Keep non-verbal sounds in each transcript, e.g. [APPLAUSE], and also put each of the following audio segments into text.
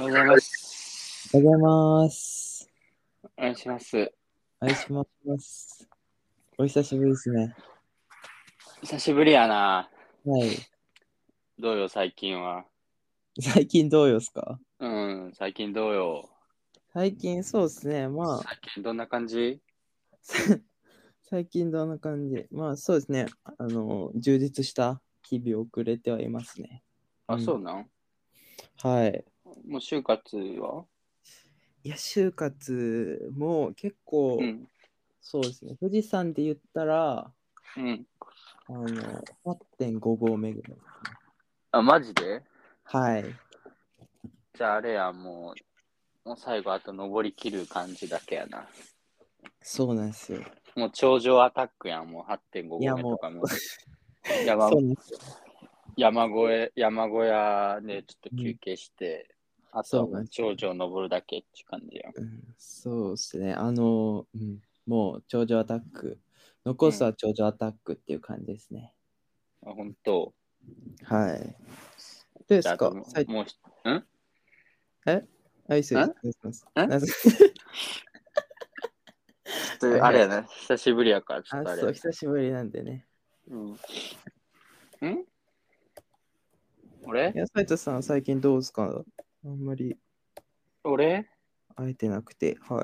おはようございます。おはようございます。お願いします。お願いします。お久しぶりですね。久しぶりやな。はい。どうよ、最近は。最近どうよっすかうん、最近どうよ。最近そうですね。まあ、最近どんな感じ最近どんな感じまあそうですね。あの、充実した日々を送れてはいますね。あ、うんそうなんはい。もう就活はいや、就活も結構、うん。そうですね。富士山で言ったら、うん。あの、8.5合目ぐらいですね。あ、マジではい。じゃああれや、もう、もう最後あと登り切る感じだけやな。そうなんですよ。もう頂上アタックやん、もう8.5いや合目もうとか [LAUGHS] も。山そうなんです山越え、山小屋でちょっと休憩して、あとはもそううね頂上登るだけって感じやん。うんそうですね。あの、うん、もう頂上アタック。残すは頂上アタックっていう感じですね。あ、本当。はい。どうでじゃすああとかもさいうもうひ、はい、失ん礼します。んなんすはいあれやな、久しぶりやから、ちょっとああ、れそう、。久しぶりなんでね。うん。ん俺いや、斉藤さん、最近どうですかあんまり俺会えてなくて。は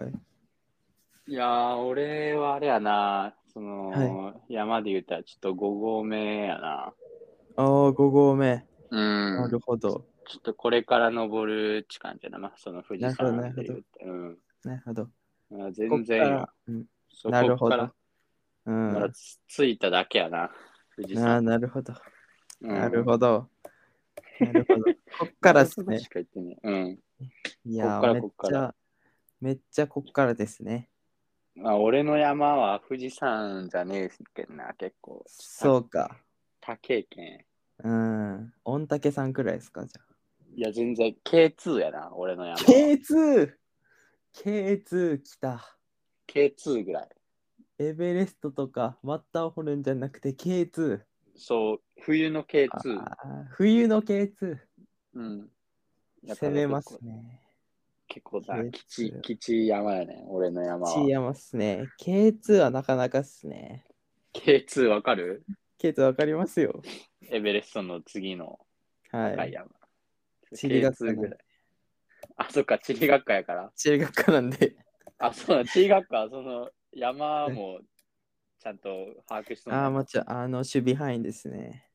い。いやー、俺はあれやな、その、山で言うたらちょっと5合目やな。ああ、5合目。うんなるほど。ちょっとこれから登るって感じやな、まあ、その富士山で言うたら。うんなるほど。まあ。こ全っから然、うん、そなこるほからど。うん。まだあつ着いただけやな、富士ー山。なるほど。うんなるほど。なるほど。こっからですそこねし。か行ってないうん。いやこっからー、めっこっかちゃ、めっちゃこっからですね。まあ、俺の山は富士山じゃねえけんな、結構。そうか。高えけん。うん。御嶽さんくらいですか、じゃあ。いや、全然 K2 やな、俺の山は。 K2! K2 来た。 K2 ぐらい。エベレストとかマッターホルンじゃなくて K2。そう、冬の K2 あ。ー冬の K2。うん。だから攻めますね。結構だ、 K2 きち、きちい山やね、俺の山ちは。やますね。K2 はなかなかっすね。 K2 わかる K2 わかりますよ。エベレストの次のは高いい。山。 [LAUGHS] 地理学科 K2 ぐらい。あ、そっか、地理学科やから。中学科なんで。あ、そうだ、地理学科はその山もちゃんと把握してああ、もちろん、あの、守備範囲ですね。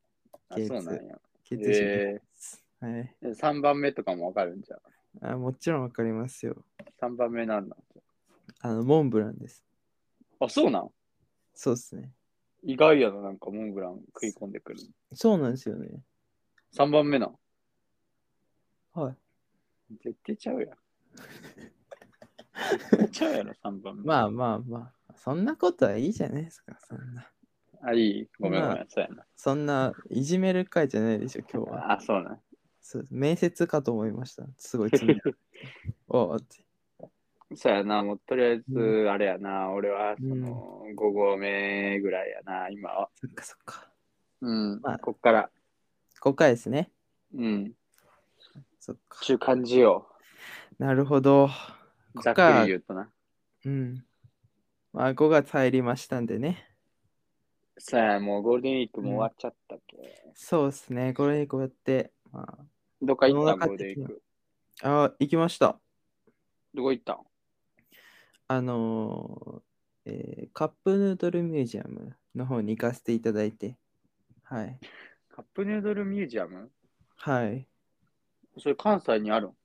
あ、そうなんや。 K2 守備範囲えです。はい。ー、3番目とかもわかるんじゃあもちろんわかりますよ。ん。3番目なんだ。あの、モンブランです。あ、そうなんそうですね。意外やな、なんかモンブラン食い込んでくる。そうなんですよね。 3番目なん。はい。絶対ちゃうやん。絶対ちゃうやろ、3番目。まあまあまあ、そんなことはいいじゃないですか、そんな。あ、いい。ごめんごめまん、そうやな。そんないじめる会じゃないでしょ、今日は。あ、そうなん。そう面接かと思いました。すごい詰められて。おうって。そうやな、もうとりあえうず、あれやな、俺はその5合目ぐらいやな、今は。そっかそっか。うん、まあこっから。 5回ですね。うん、そっちか。ゅう感じよ。なるほど。こざっっくりか言うとな。うん。まあ5月入りましたんでね。そうや、もうゴールデンウィークも終わっちゃったっけ。そうですね。これにこうやって、まどっか行世っのた中ゴールデンウィーク。あ、あ行きました。どこ行ったんあのーえーカップヌードルミュージアムの方に行かせていただいて、はい。カップヌードルミュージアムはい。それ関西にあるん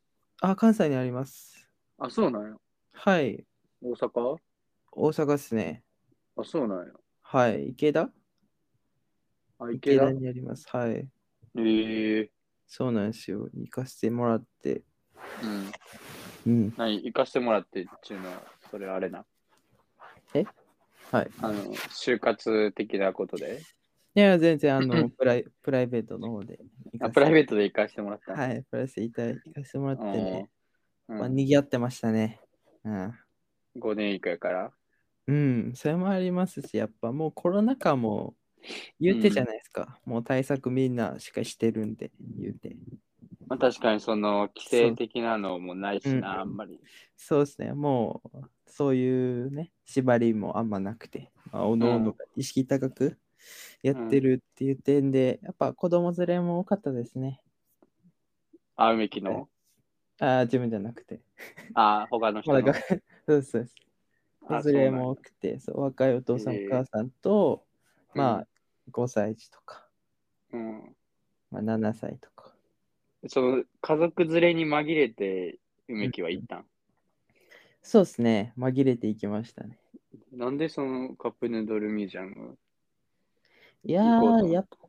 あ、関西にあります。あ、そうなんや。はい。大阪大阪ですね。あ、そうなんや。はい。池田あ、池田。にあります。はい。ええそうなんですよ。行かせてもらって。うん。うん。何、行かしてもらってっていうのは、それあれな。えはい。あの、就活的なことで。いや、全然、あう [LAUGHS] の、プライプライベートの方で行あかせて。プライベートで行かしてもらった。はい。プライベートでいただ行かせてもらってね。うんまあ、うん、賑わってましたね。うん。 5年以下やから。うん、それもありますし、やっぱもうコロナ禍も言うてじゃないですか。もう対策みんなしっかりしてるんで、言うて。まあ、確かにその規制的なのもないしな、そうあんまり。そうですね、もう、そういうね、縛りもあんまなくて、まあ、おのおのが意識高くやってるっていう点で、やっぱ子供連れも多かったですね。あ、梅木のああ、自分じゃなくて。あ、他の人まの。だ学 [LAUGHS] そうそうです。あ子連れも多くて、そう若いお父さん、へえお母さんと、そうなんまだあ、5歳児とか、うんうんまあ、7歳とか。その家族連れに紛れて梅木は行ったん、そうですね、紛れていきましたね。なんでそのカップヌードルミュージアムいや行こうとー、やっぱ、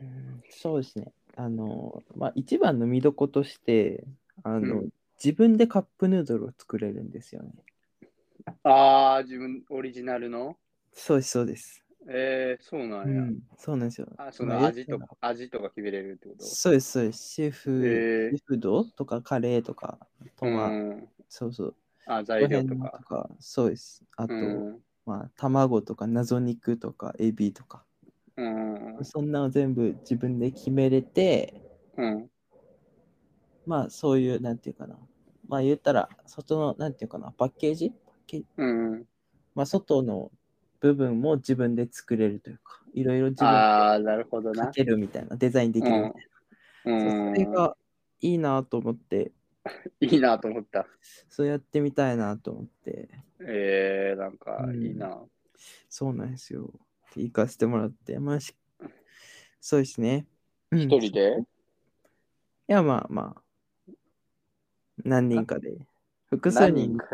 うんそうですね。あの、まあ、一番の見どことして、あの、うん自分でカップヌードルを作れるんですよね。ああ、自分オリジナルのそうです、そうです。えー、そうなうんや。ん、そうなんですよ。あそまのあ味とか。、味とか決めれるってことそうです、そうです。シェフ、えシェフドとかカレーとか、トー、マ、うん、そうそう。あ、こ材料のと辺か。そうです。あと、うん、まあ、卵とか謎肉とかエビとか、うん、そんなの全部自分で決めれて、うん、まあそういう、なんていうかな。まあ言ったら、外の、なんていうかな、パッケージパッケージうん。まあ外の部分も自分で作れるというか、いろいろ自分ああ、なるほどでなか。けるみたいな、デザインできるみたいうんな。そうそれがいいなと思って、いいなと思った。そうやってみたいなと思って、えー、なんかうんいいな。そうなんですよ。って行かせてもらって、まあし、そうですね。うん一、人でいや、まあまあ、何人かで、複数何人人、か。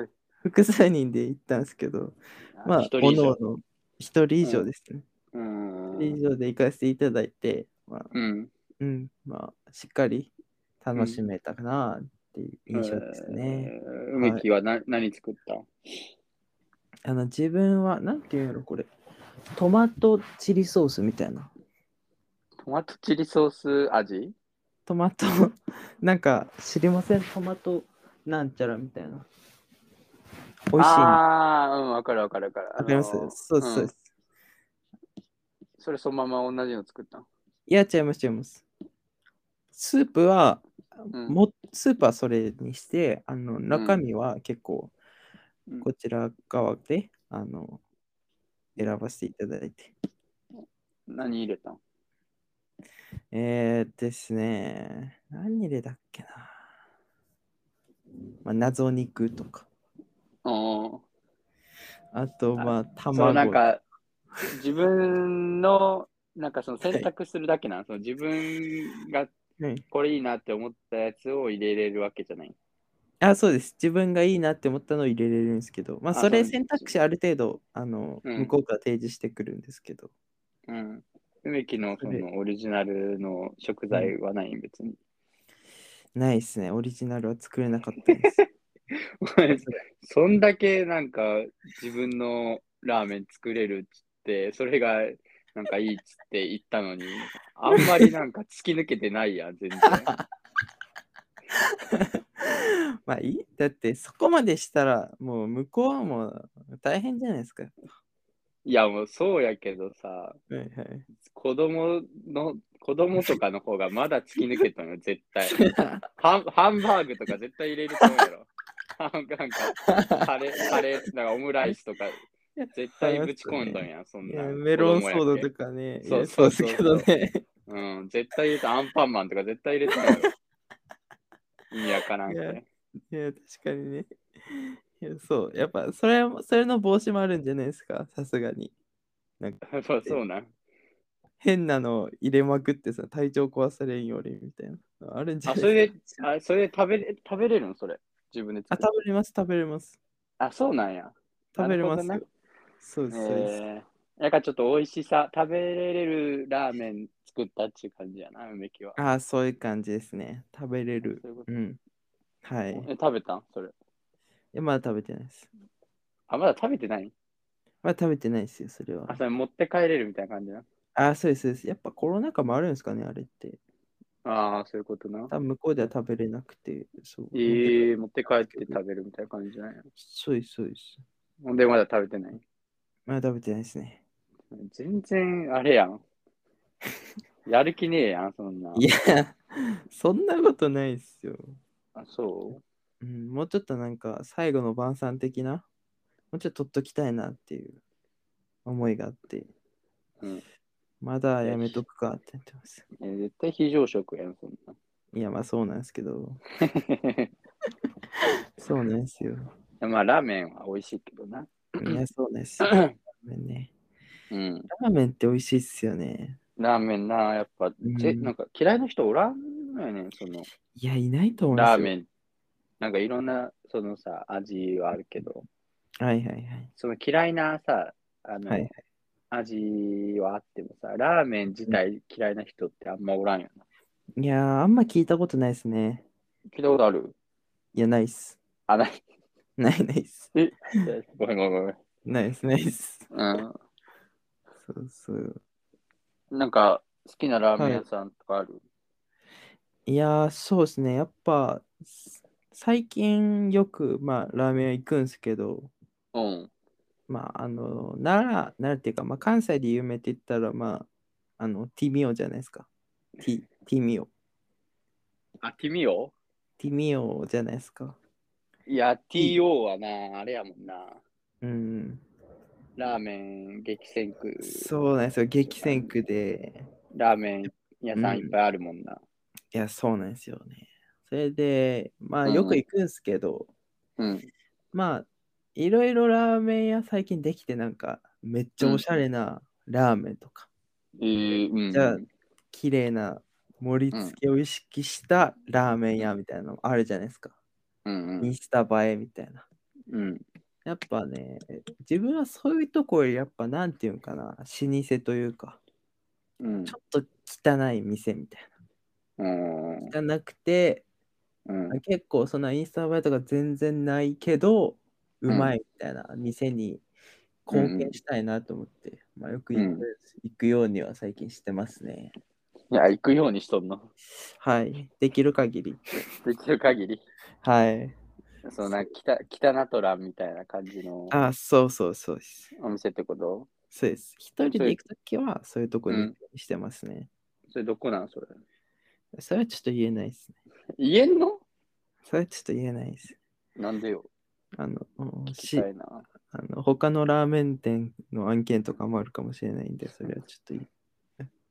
複数人で行ったんですけど、まあ、一人お以の上お。の一人以上ですね。うん。一人以上で行かせていただいて、まあ、うん。うん、まあ、しっかり楽しめたかなっていう印象ですね。えー。梅木はな、何作ったんあの、自分は、なんていうのこれ、トマトチリソースみたいな。トマトチリソース味トマト、 [LAUGHS] なんか知りません、トマトなんちゃらみたいな。美味しいの。わああ、うん、わかるわかるわかる。かりますあのーそうです、そうでんす。それそのまま同じの作ったんいや、ちゃいます、違います。スープは、うんもスープはそれにして、あの中身は結構、うんこちら側で、あの、選ばせていただいて。何入れたんえー、ですね、何入れたっけな。まあ、謎肉とか、うん。あと、まあ、その卵。なんか、自分の、なんかその選択するだけなん、その自分がはいこれいいなって思ったやつを入れれるわけじゃない。あ、そうです。自分がいいなって思ったのを入れれるんですけど、まあ、あそれそう選択肢ある程度、あの、うん向こうから提示してくるんですけど、うん。梅木のそそれのオリジナルの食材はない、別に。 [LAUGHS] ないですね。オリジナルは作れなかったんです。お前そんだけなんか自分のラーメン作れるっつって、それがなんかいいっつって言ったのに、あんまりなんか突き抜けてないやん、全然。 [LAUGHS] [LAUGHS] まあいいだってそこまでしたらもう向こうはもう大変じゃないですか。いや、もうそうやけどさ、はい [LAUGHS] はい。子供の、子供とかの方がまだ突き抜けた [LAUGHS] のよ、絶対。ハンハンバーグとか絶対入れると思うやろ。なんか、カレー、カレー、なんかオムライスとか、絶対ぶち込んだんやん、そんいなやん。メロンソ子供やーダけとかね。いそうやそうですけそうどそね。うん、絶対入れた。アンパンマンとか絶対入れてたよ。 [LAUGHS] 意味わからんくて。いや、確かにね。いやそう。やっぱそれも、それの帽子もあるんじゃないですか。さすがに。 [LAUGHS] そうそうなん。変なの入れまくってさ、体調壊されんようにみたいな。あるんじゃ [LAUGHS] あ、ないそれですでか。、あそれで食べれ食べれるのそれ。自分であ、作る。食べれます、食べれます。あ、そうなんや。食べれますなよる。そうです、そうです。えー、なんかちょっと美味しさ、食べれるラーメン作ったっていう感じやな、梅木は。ああ、そういう感じですね。食べれるそういうこ。とうん。はい。え、食べたんそれ。いやまだ食べてないです。あ、まだ食べてないまだ食べてないですよ、それはあ、。それ持って帰れるみたいな感じな。ああ、そうです、そうです。やっぱコロナ禍もあるんですかね、あれって。ああ、そういうことな。多分向こうでは食べれなくて、そう。ええー、持って帰って食べるみたいな感じじゃないそうです、そうです。ほんで、まだ食べてない。まだ食べてないですね。 [LAUGHS] 全然、あれやん。やる気ねえやん、そんな。いや、 [LAUGHS] そんなことないっすよ。あそうん、もうちょっとなんか最後の晩餐的な、もうちょっと取っときたいなっていう思いがあって、うんまだやめとくかってなってます。ういや絶対非常食やん、そんな。いや、まあそうなんですけど、そうなんですよ。 [LAUGHS] まあ、ラーメンは美味しいけどな。いや、そうなんですよ。ラーメンね。うん。ラーメンって美味しいっすよね。ラーメンな、やっぱ、ぜうんなんか嫌いな人おらんのよね、その、いや、いないと思いますラよ。ーメン。なんかいろんな、そのさ、味はあるけど、はいはいはい。その嫌いなさ、あの、はいはい味はあってもさ、ラーメン自体嫌いな人ってあんまおらんよな。いやー、あんま聞いたことないですね。聞いたことあるいや、ないっす。あ、ない。 [LAUGHS] ないないっす。ごめんごめんごめん。ないっす、ないっす。うん。そうそう。なんか、好きなラーメン屋さんとかある、いやー、そうですね。やっぱ、す最近よく、まあ、ラーメン屋行くんですけど、うん。まあ、あの、奈良、奈良っていうか、まあ、関西で有名って言ったら、まあ、あの、ティミオじゃないですか。ティ、ティミオ。あ、ティミオティミオじゃないですか。いや、TO はな、あれやもんな。うん。ラーメン激戦区、そうなんですよ。激戦区で。ラーメン屋さんいっぱいあるもんな。いや、そうなんですよね。それで、まあ、うんよく行くんですけど、うん。まあ、いろいろラーメン屋最近できて、なんか、めっちゃおしゃれなラーメンとか、えー、うん。じゃあ綺麗な盛り付けを意識したラーメン屋みたいなのあるじゃないですか。うんイうんンスタ映えみたいな。うん。やっぱね、自分はそういうところよりやっぱなんていうんかな、老舗というか、うんちょっと汚い店みたいうん。な。じゃなくて、うん。結構そんなインスタ映えとか全然ないけど、ううんまいみたいな店に貢献したいなと思って、まあよく行く,、うん行くようには最近してますね。いや、行くようにしとんの。 [LAUGHS] はい、できる限り。できる限り。はい。そのなんか北北ナトラみたいな感じのあ、そうそうそうです。お店ってことそうです。一人で行くときは、そういうとこにうん行くようにしてますね。それどこなんそれ。それはちょっと言えないですね。言えんのそれはちょっと言えないです。なんでよ。あの、うん聞きしたいな。あの他のラーメン店の案件とかもあるかもしれないんで、それはちょっとい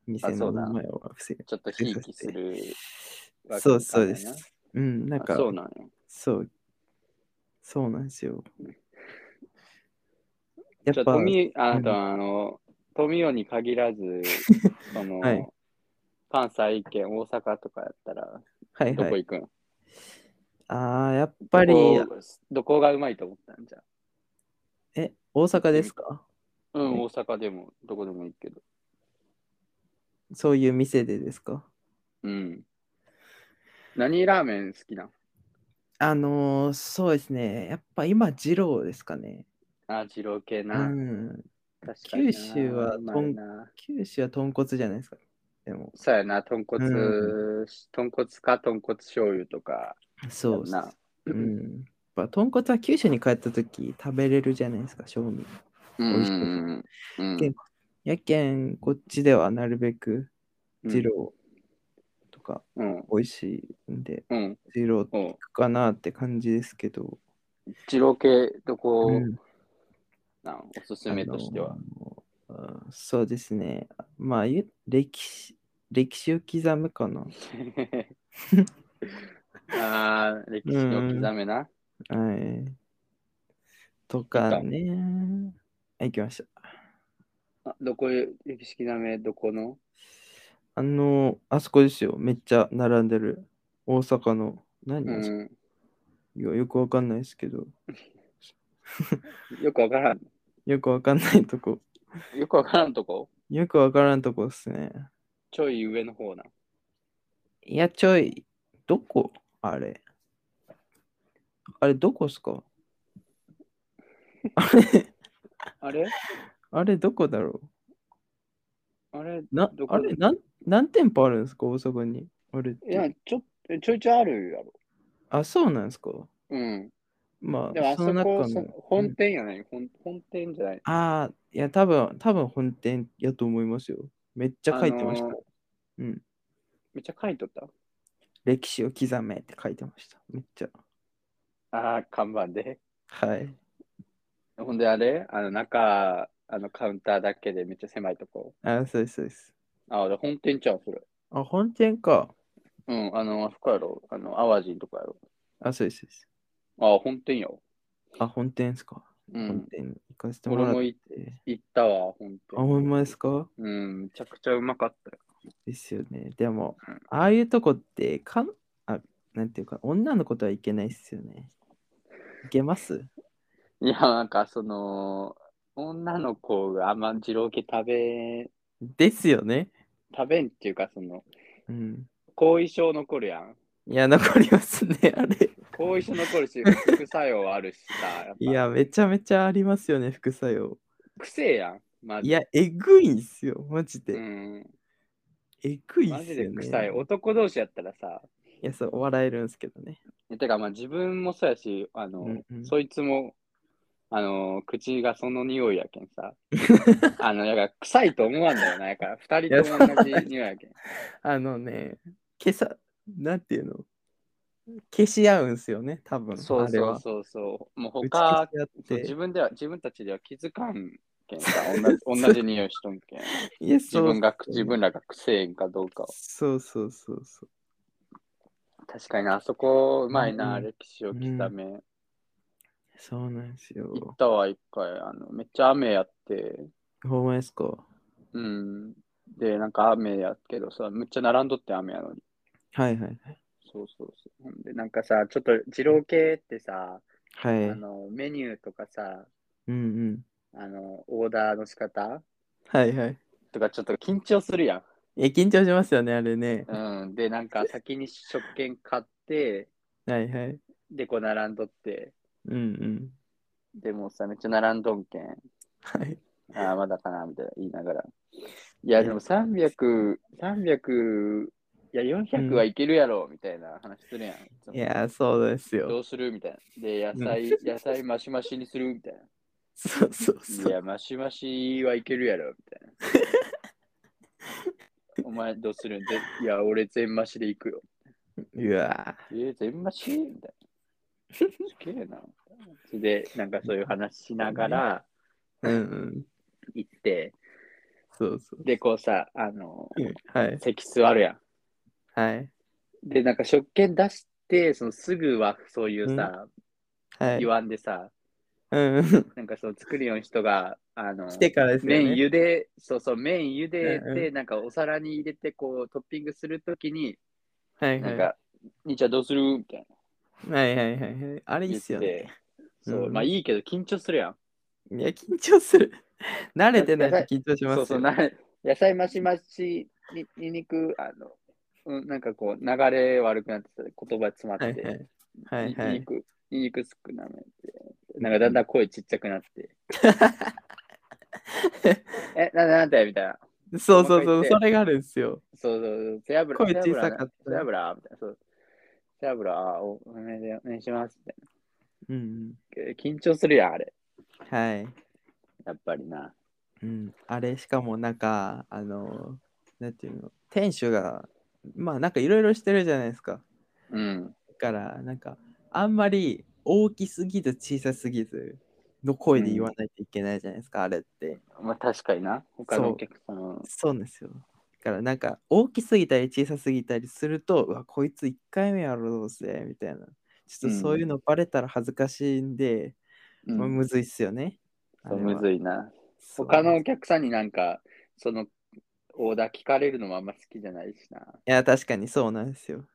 店の名前は伏せちょっとひいきする。そうそうです。。うん、なんか、あそうなんや。そう。そうなんですよ。やじゃあ、っぱ、富あなたうはあの、富雄に限らず、 [LAUGHS] その、はい関西圏、大阪とかやったら、はいどはこい。行くん、やっああ、やっぱりど、こどこがうまいと思ったんじゃ。え、大阪ですかうん、は大阪でも、どこでもいいけど。そういう店でですかうん。何ラーメン好きなんあのーそうですね。やっぱ今、二郎ですかね。あ、二郎系うな。ん。確かにな九州はうまいな。九州は豚骨じゃないですか。でも、そうやな、豚骨、う豚骨か豚骨醤油とかそやうんな。うん。やっぱ豚骨は九州に帰った時食べれるじゃないですか、正味。うん美味しいうんでやけん、こっちではなるべくうん二郎とかうん。美味しいんで、うん。二郎うん。かなって感じですけど。二郎系どこ、うんなんおすすめとしては。あのーうんそうですね。まあ、ゆ歴史、歴史を刻むかな。 [LAUGHS] ああ、歴史の刻めな。はい。とかね。はい行きました。あどこへ、歴史刻め、どこのあの、あそこですよ。めっちゃ並んでる。大阪の、何、うん。いやよくわかんないですけど。よくわからん。よくわかんないとこ。よくわからんとこよくわからんとこっすね。ちょい上の方な。いや、ちょい、どこあれ。あれ、どこっすかあれ、 [LAUGHS] あれあれ、どこだろあれいうなど、こあれ、なん何店舗あるんですか大阪に。あれってや、ちょっと、ちょいちょいあるやろ。あ、そうなんですかうん。までもあ、あそのこ、中その。本店やない、本本店じゃない。ああ、いや、多分、多分本店やと思いますよ。めっちゃ書いてました。あのうん。めっちゃ書いとった。歴史を刻めって書いてました。めっちゃ。ああ、看板で。はい。ほんであれあの中、あのカウンターだけでめっちゃ狭いとこ。あ、そうです、そうです。ああ、で本店ちゃう、それ。あ、本店か。うん、あの、あそこやろ。あの、淡路のとこやろ。あ、そうです、そうです。ああ、本店よ。あ、本店ですか。う本ん。店に行かせても俺らっもて。い行ったわ、本あ、ほん店。まですかうん、めちゃくちゃうまかったよ。ですよね。でもうん、ああいうとこってかん、あ、なんていうか、女の子とはいけないっすよね。いけますいや、なんかその、女の子があんま二郎系食べ、ですよね。食べんっていうか、その、うん。後遺症残るやん。いや、残りますね、[LAUGHS] あれ。後遺症残るし、副作用あるしさ、やっぱいや、めちゃめちゃありますよね、副作用。癖やん、マいジや、えぐいんすよ、マジで。うで。ん、えぐいマっすジでよね。臭い。男同士やったらさ、いや、そう、笑えるんすけどね。てかまあ自分もそうやし、あの、うんうんそいつも、あの、口がその匂いやけん [LAUGHS] さ、あの、だから臭いと思わんだよな、やから二人とも同じ匂いやけん。あのね、消さ、なんていうの消し合うんすよね、多分。そうあれそうはそうそう。もう打ち他消そうし合自っ分では自分たちでは気づかんけんさ同 [LAUGHS] じ同じ匂いしとんけんて。いや、自そう分が自分らがくせえんかどうかをそうそうそうそう。確かになあそこうまいな、うん歴史を刻め、そうなんです行っよ。たわ一回あのめっちゃ雨やってほんまですかうんでなんか雨やけどさめっちゃ並んどって雨やのにはいはいそうそうそうほんでなんかさちょっと二郎系ってさ、はい。あはい。のメニューとかさうんうん。あのオーダーの仕方はいはい。とかちょっと緊張するやんいや、緊張しますよね、あれね。 [LAUGHS] うん、で、なんか先に食券買って、はいはい。で、こう並んどって、うんうん。でもうさ、めっちゃ並んどんけん、はい。ああ、まだかな、みたいな言いながら。いや、でも300、300、いや、400はいけるやろ、みたいな話するやん。いや、そうですどよ。うするみたいな。で、野菜、野菜マシマシにするみたいそうそうな。そ。いうや、マシマシはいけるやろ、みたいな。 [LAUGHS] お前どうするんでいや、俺全マシで行くよ。うわ [LAUGHS] えー、全マシみたいな。すげえな。それで、なんかそういう話しながらぁうんうん。行って、そうそう。で、こうさ、あの、はい席座るやはい。ん。で、なんか食券出して、そのすぐはそういうさ、はい言。わんでさ、うんうん。なんかその作りよん人が、あの、来てからですよ麺ね。茹で、そうそう、麺茹でて、うんうなんかお皿に入れて、こう、トッピングするときに、はいはなんい。か、兄ちゃんどうするみたいなはいはいはいはい。あれいい言っっすよてね。、そう、うんまあいいけど緊張するやん。いや、緊張する。慣れてないと緊張しそまうすそうよ。な野菜マシマシににんにくあの、うん、なんかこう流れ悪くなってた言葉詰まっはいて、はい。はいはにんにい。くにんにく少なめでなんかだんだん声ちっちゃくな [LAUGHS] って「えなんだなんだ?」みたいなそうそうそ細かいっう。てそれがあるんですよ。 「そうそうそう背脂声背脂小さかった背脂」みたいな「そう背脂あおお願いでお願いします」みたいうんうん。なえ緊張するやんあれはい。やっぱりなうん、あれしかもなんかあのなんていうの店主がまあなんかいろいろしてるじゃないですかうんだからなんかあんまり大きすぎず小さすぎずの声で言わないといけないじゃないですか、あれってまあ確かにな他のそうお客さんはそうなんですよだからなんか大きすぎたり小さすぎたりするとうわこいつ1回目やろうぜみたいなちょっとそういうのバレたら恥ずかしいんで、うんまあ、むずいっすよねそうむずいなそう他のお客さんになんか、そのオーダー聞かれるのもあんま好きじゃないしな。いや確かにそうなんですよ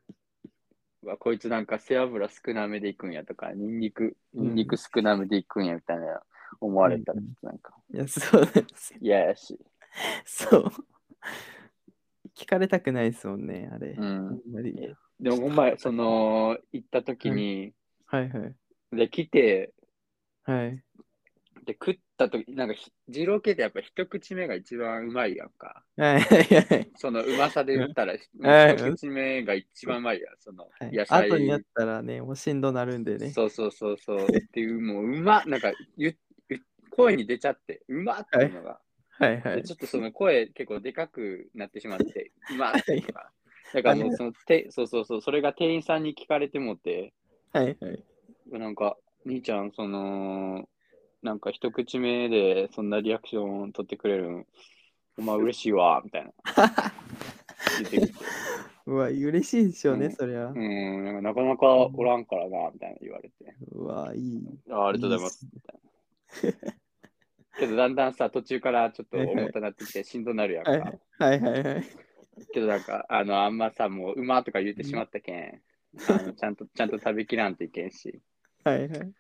うわこいつなんか背脂少なめでいくんやとか、ニンニク、うんニンニク少なめでいくんやみたいな思われたら、うんなんかいやそうなんですよ嫌やし。 [LAUGHS] そう。聞かれたくないですもんね、あれ。うあんん。まり。でもほんま、その、行った時に、はいはい。で、来て、はい。で、食った時、なんかひ、二郎系ってやっぱ一口目が一番うまいやんか。はいはいそのうまさで言ったら、ん一口目が一番うまいやん。そのは、い。野あ菜。とになったらね、もうしんどなるんでね。そうそうそうそう。っていう、もう、うまっ、なんか、ゆゆ声に出ちゃって、うまっっていうのが、はいはでい。ちょっとその声結構でかくなってしま [LAUGHS] って、今とか。だからもうそのて、そうそうそう、それが店員さんに聞かれてもって、はいはい。なんか、兄ちゃん、その、なんか一口目でそんなリアクション取ってくれるん、お前嬉しいわ、みたい [LAUGHS] な。言ってきてうわ、嬉しいでしょうね、うんそりゃう。ん、なんかなかなかおらんからな、みたいな言われて。うわ、いい。あありがとうございます。みたいな。けどだんだんさ、途中からちょっとはいはい重たなってきてしんどなるやんはいか。はいはいはい。けどなんか、あの、あんまさ、もう、馬とか言ってしまったけ [LAUGHS] ん、あのちゃんと、ちゃんと食べきらんといけんし、はいはい。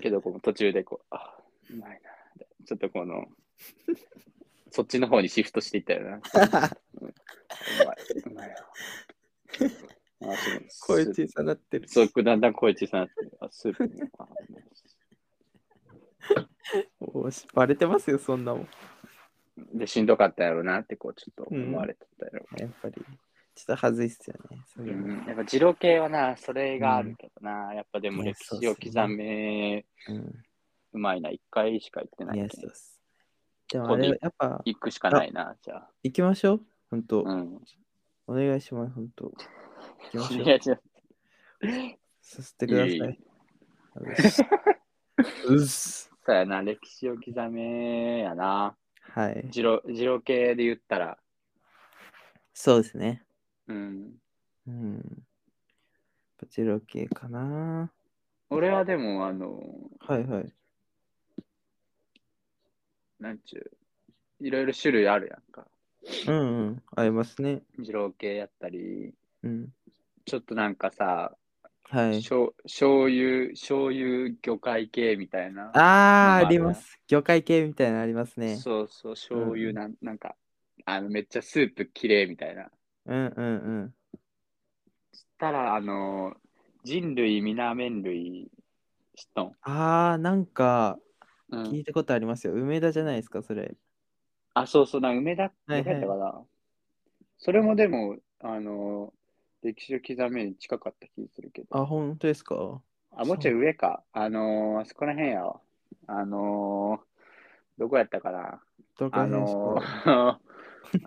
けどこう途中でこう、あ、うまいな。ちょっとこの、そっちの方にシフトしていったよ [LAUGHS] な。うまい、うまいな。あ、すごい声小さなってる。そう、だんだん声小さなってる、あ、スープに。あおしバレてますよ、そんなもん。で、しんどかったやろうなって、こう、ちょっと思われてたやろ。やっぱり、ちょっと恥ずいっすよね。それもうん、やっぱ、二郎系はな、それがあるけどな、やっぱでもいや歴史を刻め、うんうまいな、一回しか行ってないいや、けそんうっす。でもあれ、やっぱ、行くしかないな、じゃあ。行きましょう。本当、うん。お願いします、本当。行きましょ。いうや、じゃあさせてください。いえいえうっす。そうやな、歴史を刻めやな。はい。二郎二郎系で言ったら、そうですね。うん。うん。パチロ系かな。俺はでも、あの、はいはい。なんちゅう、いろいろ種類あるやんか。うんうん。合いますね。二郎系やったり、うん。ちょっとなんかさ、はい。しょう醤油、醤油魚介系みたいな。あー、まああります。魚介系みたいなのありますね。そうそう、醤油なん、なんか、あの、めっちゃスープきれいみたいな。うんうんうん。たら、あの、人類、皆麺類、知っとん。あー、なんかうん聞いたことありますよ。梅田じゃないですか、それ。あ、そうそう、な梅田ってはいはいったかな。それもでも、あの、歴史を刻めに近かった気するけど。あ、本当ですかあ、もうちょい上か。あのー、あそこら辺やわ。あのー、どこやったかな。どこあら辺ですかのー、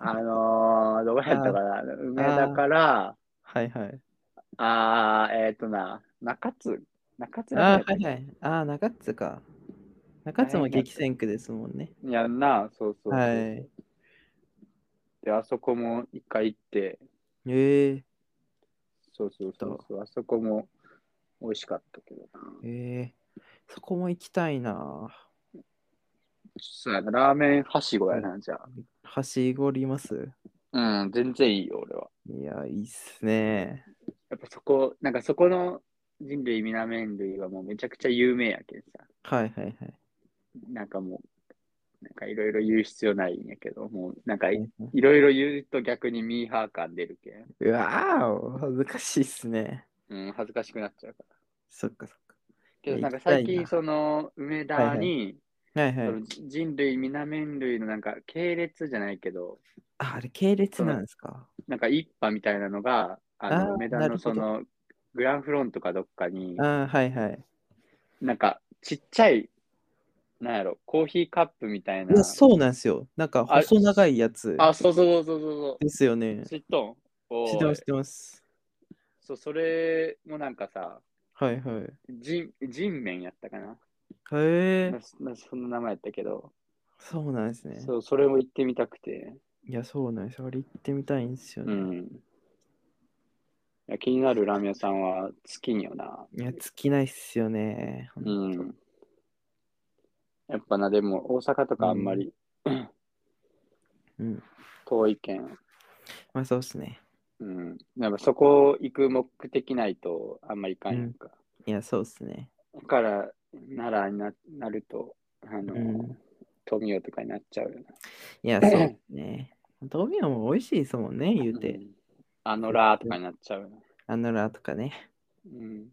[LAUGHS] あのー、どこやったかな。梅田から、はいはい。あー、えっ、とな、中津。中津らあー、は辺いやっはい。あー、中津か。中津も激戦区ですもんね。たやんな、そうそうそう。はい。で、あそこも一回行って、えー、そうそうそうそう、あそこも美味しかったけどな。えー、そこも行きたいな。そうやな、ラーメンはしごやな、じゃはしごりますあ。うん、全然いいよ、俺は。いや、いいっすね。やっぱそこ、なんかそこの人類、皆麺類はもうめちゃくちゃ有名やけんさ。はいはいはい。なんかもう、なんかいろいろ言う必要ないんやけど、もうなんかはいいはいいろいろ言うと逆にミーハー感出るけん。うわお、恥ずかしいっすね。うん、恥ずかしくなっちゃうから。そっかそっけどいなやんか最行近きたその梅田に、か。はいはい。その人類、皆麺類のなんか系列じゃないけど、あ、あれ系列なんですか。なんか一派みたいなのが、あのあー梅田なのるほそどのグランフロントかどっかに、あはいはい。なんかちっちゃい、なんやろ、コーヒーカップみたいいな。や、そうなんですよ。なんかあ細長いやつあ、そうそうそうそうですよねそう。。知っとんおー知ってます、知ってます。そう、それもなんかさ、はいはい。ジンジンメンやったかな。へえな、なそんな名前やったけど、そうなんですね。そう、それも行ってみたくて。いや、そうなんですよ。あれ行ってみたいんですようね。ん。いや気になるラーメン屋さんは好きによな。いや、尽きないっすよね。うん。やっぱな、でも大阪とかあんまりうん。遠いけん。まあ、そうっすね。うん。やっぱそこ行く目的ないとあんまり行かんやんか。いや、そうっすね。だから奈良にななると、あの、うん富雄とかになっちゃうよいや、そうっすね。トミヤも美味しいですもんね、言うな。うて。んあのらーとかになっちゃうよな。あのラとかね。うん、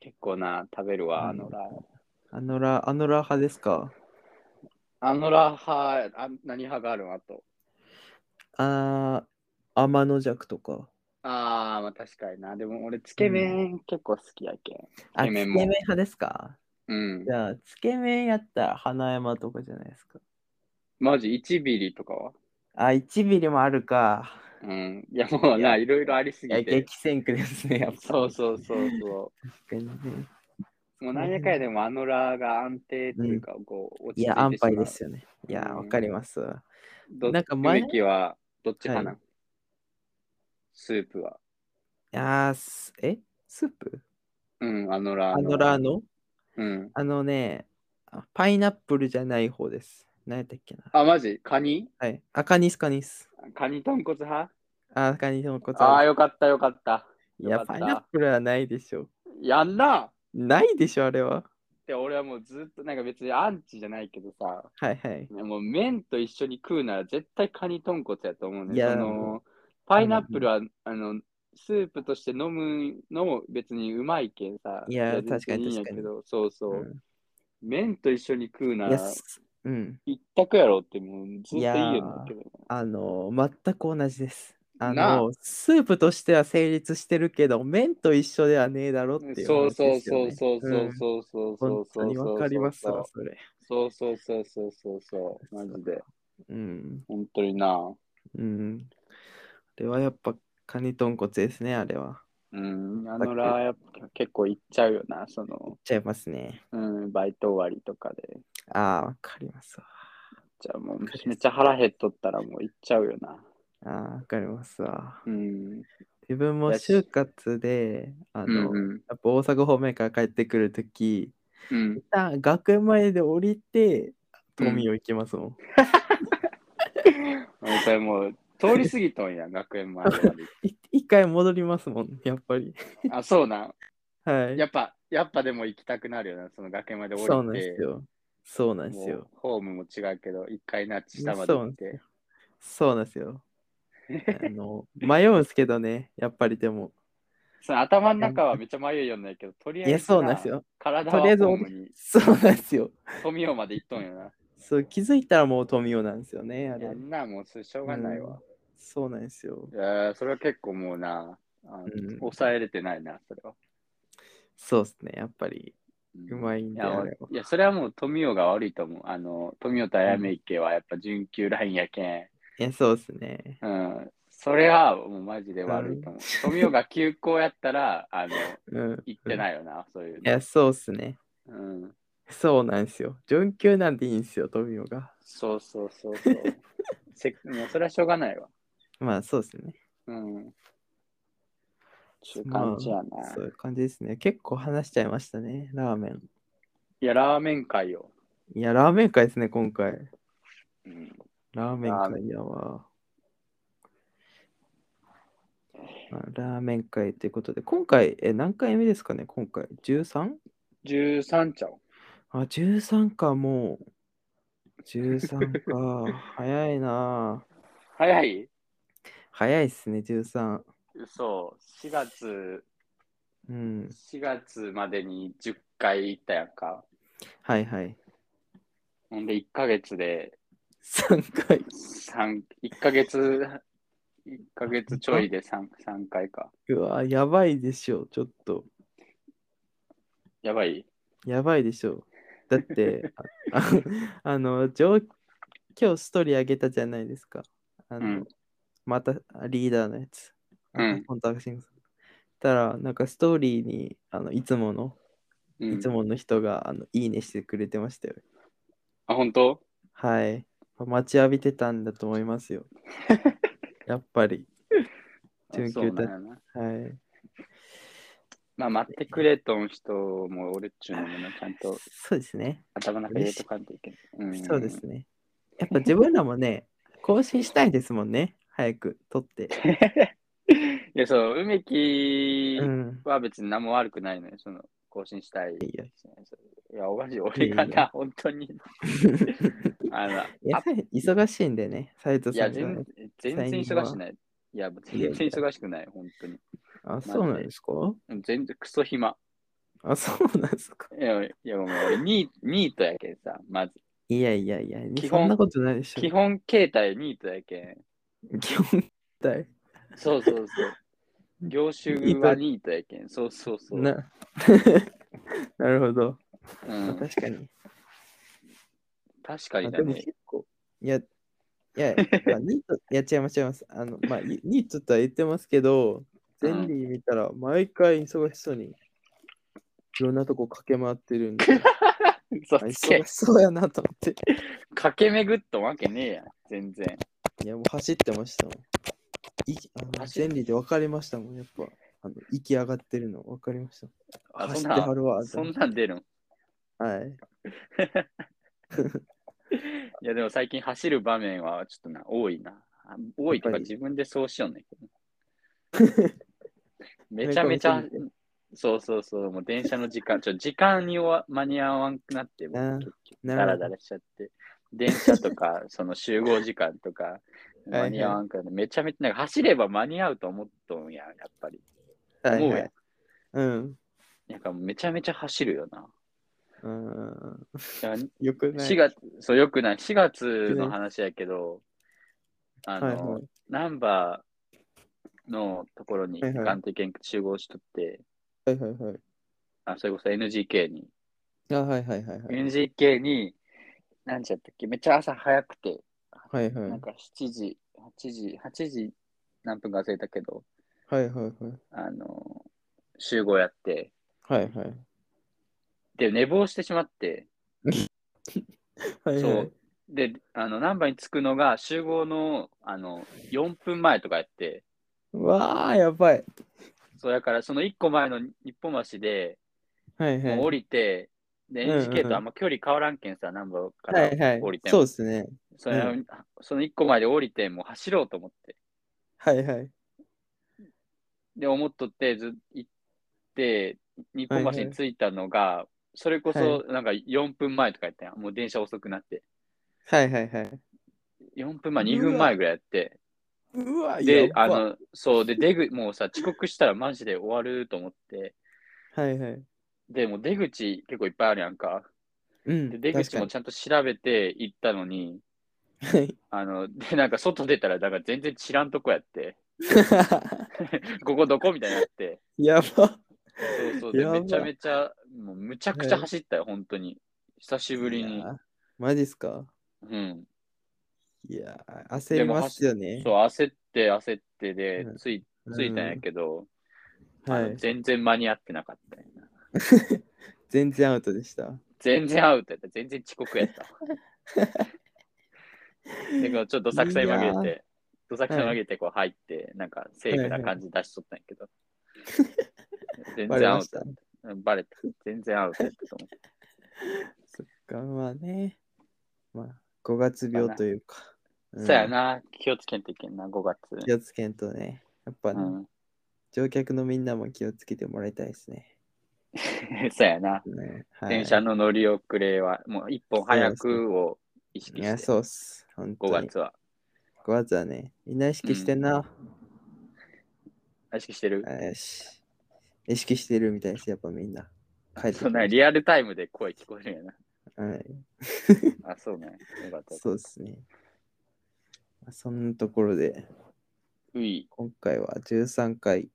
結構な、食べるわ、あのらー。あのラ、あのラ派ですかあのら派、あ何派があるのあと。あー、天の弱とか。ああ、まあ確かにな。でも俺、つけ麺結構好きやけん。あ、つけつけ麺麺も派ですかうんじ。ゃあ、つけ麺やったら花山とかじゃないですか。マジ1ビリとかはあ、1ミリもあるか。うん。いやもういな、やいろいろありすいや、ぎて。激戦区ですね、やっぱ。そうそうそうそ確かにねう。もう何やかんやでもあのラーが安定というか、こう、落いち着いてしや、まう安牌ですよね。いや、うんわかりますわ。どなんか前梅木はどっち派なん、はスープは。いやーすえスープうん、あのラーあの。のラーのうん。あのね、あパイナップルじゃない方です。何やったっけな。あ、マジカニはい。あ、カニスカニス。カニ豚骨派あ、カニのことああ、よかったよかった。いよや、かパっイたナップルはないでしょ。やんなないでしょ、あれは。って俺はもうずっとなんか別にアンチじゃないけどさ、はいはい。もう麺と一緒に食うなら絶対カニ豚骨やと思うね。いやそのパイナップルは、あのスープとして飲むのも別にうまいけんさ。いや全然確かにいいんやけど、そうそう、麺と一緒に食うう、なんいや、らすうん。一択やろってもうずっといいよね。けどあの、全く同じです。あなあの、スープとしては成立してるけど、麺と一緒ではねえだろっていうそう話そうですそようね。そうそうそうそうそうんう本当にわかりますわ、それ。そうそうそうそうそうそうマジでうん。本当になうん。あれはやっぱ、カニ豚骨ですね、あれは。うんあのラーやっぱ結構いっちゃうよなそのちゃいますね。うんバイト終わりとかでああ、わかりますわ。じゃあもうわかりますめっちゃ腹減っとったらもう行っちゃうよなああ、わかりますわ。うん自分もだし就活で、あうんの、うんやっぱ大阪方面から帰ってくるとき、うん一旦学園前で降りて、富を行きますもん。俺それもう通り過ぎとんや学園前終わりい一回戻りますもん、やっぱり。あそうなんはい。やっぱやっぱでも行きたくなるよなその学園まで降りてそうなんですよ。そうなんですもうよ。ホームも違うけど一回ナッチ下まで行ってそうなんですよ。あの迷うんですけどね、やっぱりでも。その頭の中はめっちゃ迷いよんないけど、とりあいえや、ずそうなんですよ。体とりあはえずホームにそうなんですよ。富雄まで行っとんよ [LAUGHS] な。そう気づいたらもう富雄なんですよね、あれや。んな、もうそれしょうがないわ。そうなんですよ。いやーそれは結構もうな、あのうん抑えれてないな、それは。そうですね、やっぱりんうまいんいでやあおれいば。や、それはもう富雄が悪いと思う。あの、富雄と綾め池はやっぱ準急ラインやけん。いや、そうですね。うん。それはもうマジで悪いと思う。富雄が休校やったら、あの、うん。行ってい。ないよな、そういう [LAUGHS] いや、の。そうですね。うん。そうなんですよ。準急なんていいんですよ、富雄が。そうそうそうそう。せもうそれはしょうがないわ。まあ、そうですね。うん。ちゅうまあ感じやな。そういう感じですね。結構話しちゃいましたね、ラーメン。いや、ラーメン会を。いや、ラーメン会ですね、今回。うん、ラーメンラーメ会やわ。まあラーメン会ということで、今回、え、何回目ですかね、今回。13? 13ちゃう。あ、13か、もう。13か。 [LAUGHS] 早いなぁ。早い早いっすね、13。そう、4月、うん。 4月までに10回行ったやんか。はいはい。ほんで、1ヶ月で3回。 3、1ヶ月、1ヶ月ちょいで 3, 三回か。うわぁ、やばいでしょ、ちょっと。やばいやばいでしょ。だって、ああの、上今日ストーリーあげたじゃないですか。あの、うんまたあリーダーのやつ。あのうんコンタクシングさんたら、なんかストーリーに、あの、いつもの、ういんつ。もの人が、あの、いいねしてくれてましたよ。あ、本当はい。待ちわびてたんだと思いま [LAUGHS] すよ。やっぱり。あ準そう急なだんやな。はい。まあ、待ってくれとん人も俺っちゅうのもな、ちゃんとそうですね。頭の中入れとかんといけない。んそうですね。やっぱ自分らもね、 [LAUGHS] 更新したいですもんね。早く撮って。 [LAUGHS] いや、そう、梅木 [LAUGHS] うん。は別に何も悪くないのよ、その、更新したい。いいよいや、おかしい、俺がいやいな、本当に。あの、いやあ忙しいんでね、斉藤いやさんがね全全然忙しくない。いや、全然忙しくない、本当に。あ、そうなんですか全然クソ暇。あ、そうなんですかいや、いやもう俺ニー、ニートやけんさ、まず。いやいやいや、基本そんなことないでしょ。基本形態ニートやけん。基本体。そう [LAUGHS] そうそう。業種はニートやけん。そうそうそう。な [LAUGHS] なるほど。うん、確かに。確かにあだでもね。結構、いや、いや、ま [LAUGHS] あ、ニート、いや、違います、違います。あの、まあ、いニートとは言ってますけど、ゼンリー見たら、毎回忙しそうに、いろんなとこ駆け回ってるんで、そあっち忙しそうやなと思って。駆け巡ったわけねえやん、全然。いや、もう走ってましたもん。いあの走るゼンリーで分かりましたもん、やっぱ。あの息上がってるの分かりました。あ走そっんてなはんるわ。とそ思んってなん出るんはい。いやでも最近走る場面はちょっとな多いな。あ多いとかやっぱり自分でそうしようねんけど。 [LAUGHS] めちゃめちゃめちゃめち、そうそうそう、もう電車の時間、ちょ時間にわ間に合わんくなって、もあうー結局なダるラほどダラしちゃって、電車とか、 [LAUGHS] その集合時間とか、間に合わんくなって、めちゃめちゃ、なんか走れば間に合うと思っとんや、やっぱり。はい思うはやい。うん。なんかめちゃめちゃ走るよな。うん。だからよくない。 4月、そう、よくない。4月の話やけど、あの、はいはいナンバーのところにはいはい眼底研究集合しとって、はいはいはい。あ、それこそ NGK に、あ、はいはいはいはい。 NGK に、なんちゃったっけ、めっちゃ朝早くて、はいはい。なんか7時、8時、8時何分か忘れたけど、はいはいはい。あの、集合やって、はいはい。で、寝坊してしまって、はいそはうい。で、あの、ナンバーに着くのが集合の、あの、4分前とかやって、うわあ、やばい。そうだからその1個前の日本橋で、はいはい。もう降りて、で、うんうんうん NGK とあんま距離変わらんけんさ、ナンバーかはらいはい降り。ても、そうですね。それうその1個前で降りて、もう走ろうと思って。はいはい。で、思っとって、ず行って、日本橋に着いたのが、それこそなんか4分前とか言ったやん。もう電車遅くなって。はいはいはい。 4分前、2分前ぐらいやって。うわで、やあばいの、そう、で、出口、もうさ、遅刻したらマジで終わると思って。はいはい。で、もう出口結構いっぱいあるやんか。うでん。出確口かもにちゃんと調べて行ったのに、はい。あの、 [LAUGHS] で、なんか外出たら、だから全然知らんとこやって、 [LAUGHS] ここどこみたいになって、 [LAUGHS] やば。そうそう、で、やばめちゃめちゃ、もうむちゃくちゃ走ったよ、本当に。久しぶりいにや。ー。マジっすかうん。いやー、焦りますよねそう、。焦って、焦ってでうん、つい、ついたんやけど、うんはあのい。全然間に合ってなかったよな。全然アウトでした。全然アウトやった、全然遅刻や [LAUGHS] った。で、こうちょっとどさくさに紛いれて、どさくさに紛れてこう入って、なんかセーフな感じ出しとったんや [LAUGHS] けど。全バレ然アまウしトた。。うんバレた。 [LAUGHS] 全然アウトやったと思そっか、まあね。まあ、5月病というか。う。んそうや。な、気をつけんといけんな、5月。気をつけんとね。やっぱうね、ん、 [LAUGHS] 乗客のみんなも気をつけてもらいたいですね。そうやな、ねはい、電車の乗り遅れは、もう一本早くを意識いや、して、そうっす。本当5に。月は。 5月はね、みんな意識してんな。意識してるあよし。意識してるみたいです、やっぱみんな。帰ってきそまんしたなリアルタイムで声聞こえるんやはい。な。あ、そうね。よかった。そうですね。まあそんなところで、うい。今回は13回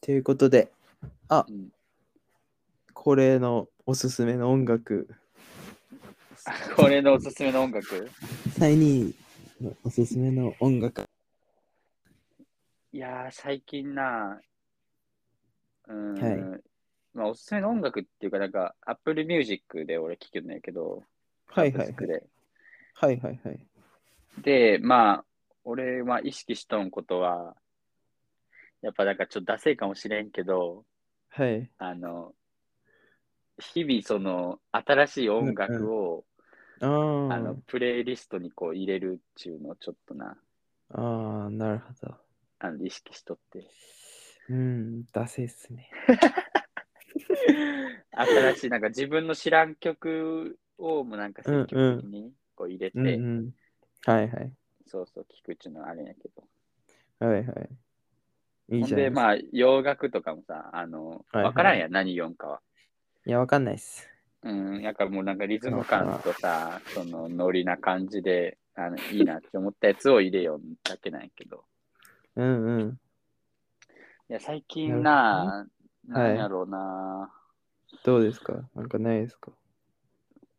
ということで、あうん恒例のおすすめの音楽、これのおすすめの音楽第2位のおすすめの音楽、いやー、最近な、うーん、はまあ、おすすめの音楽っていうか、なんか、Apple Music で俺聴くんだけど、はいはい Apple Music はいはいはい。で。で、まあ、俺は意識しとんことは、やっぱなんかちょっとダセいかもしれんけど、はい。あの、日々その新しい音楽を、ああのープレイリストにこう入れるっていうのをちょっとな、あー、なるほど。あの意識しとって。うん、ダセいっすね。新しいなんか自分の知らん曲をもうなんか積極的にこう入れて、うんうん。はいはい。そうそう聞くっていうのはあれやけどはいはい。いいほんじゃないでですか。まあ洋楽とかもさあのはいはい分からんやん、何読んかは。いや、わかんないっす。うん、なんかもうなんかリズム感とさ、そのノリな感じであのいいなって思ったやつを入れようだけなんやけど。うんうん。いや、最近な、なるほどねなんやろうな、どうですかなんかないですか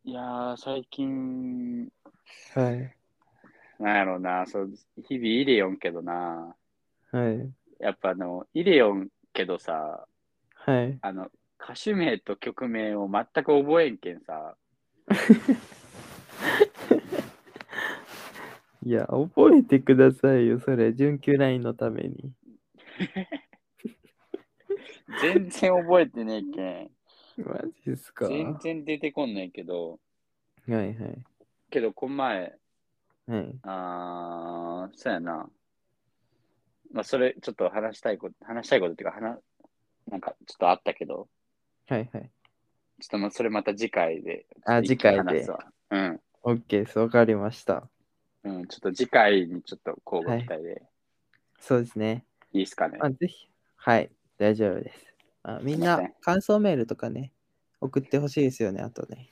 い、やー、最近、はい。なんやろうな、そう日々イデオンけどな、はい。やっぱあの、イデオンけどさ、はい。あの、歌手名と曲名を全く覚えんけんさ、いや、覚えてくださいよ、それ。準急ラインのために。全然覚えてねえけん。マジっすか。はい全然出てこんねんけど、はい。けど、こん前、はい。あー、そうやな。まあ、それ、ちょっと話したいこと、話したいことっていうか、話、なんか、ちょっとあったけど、はいはい。ちょっとまあ、それまた次回で。あ、次回話。ですわ。うん。 OK です。わかりました。うん、ちょっと次回にちょっと交互期待で、そうですね。い、いですかね。あ、ぜひ。はい。大丈夫です。あみんすいまなせん、感想メールとかね、送ってほしいですよね、あとね。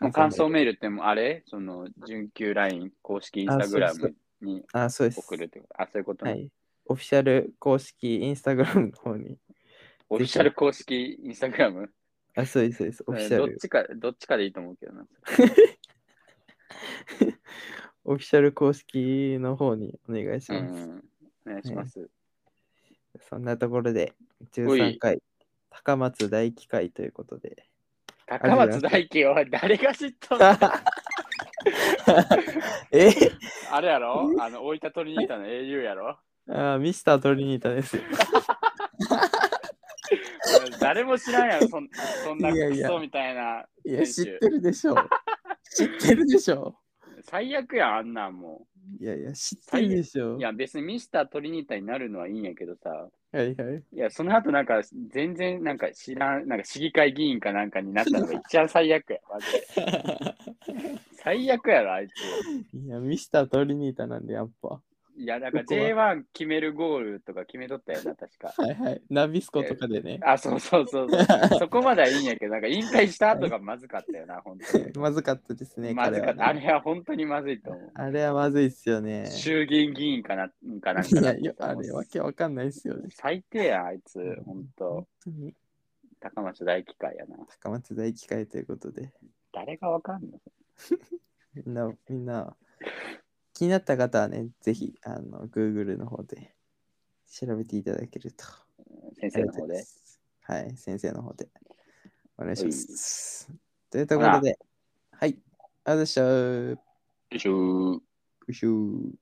もう感想メールってもうあれその、準急 LINE 公式インスタグラムにあ、そうです。送るってこと。あ、そういうことはね。い。オフィシャル公式インスタグラムの方に。オフィシャル公式インスタグラムあ、そうです、そうです。オフィシャどっル。ちか、どっちかでいいと思うけどな。オフィシャル公式の方にお願いしうます。ん。お願いします。そんなところで、お13い回、高松大機会ということで。高松大輝は誰が知っとる [LAUGHS] えあれやろあの、大分取りに行ったの英雄やろあミスタートリニー [LAUGHS] タですよ。誰も知らんやろ、そんそんないやいクやソみたいな。い選や、手知ってるでしょ。知ってるでしょ。最悪やん、あんなんもいやいや、知ってるでしょ。う。いや、別にミスタートリニータになるのはいいんやけどさ、はいはい。いや、その後なんか、全然なんか知らん、なんか市議会議員かなんかになったのが一番最悪や。マジで [LAUGHS] 最悪やろ、あいつ。いや、ミスタートリニータなんで、やっぱ。いや、なんかそこは J1 決めるゴールとか決めとったよな、確か。はいはい。ナビスコとかでね。 [LAUGHS] あ、そうそうそうそう。そこまではいいんやけど、なんか引退した後がまずかったよな、本当に。まずかったですね、まずかった。あ彼はねれは本当にまずいと思う。あれはまずいっすよね。衆議院議員かな、かなんいかなや、よあれわけわかんないっすよね。最低や、あいつ、本当本当に高松大機会やな。高松大機会ということで。誰がわかんのみんな、みんな、気になった方はね、ぜひ、あの、Google の方で調べていただけると。先生の方で。。はい、先生の方で。お願いします。というところで、はい、ありがとうございました。よいしょーうしゅー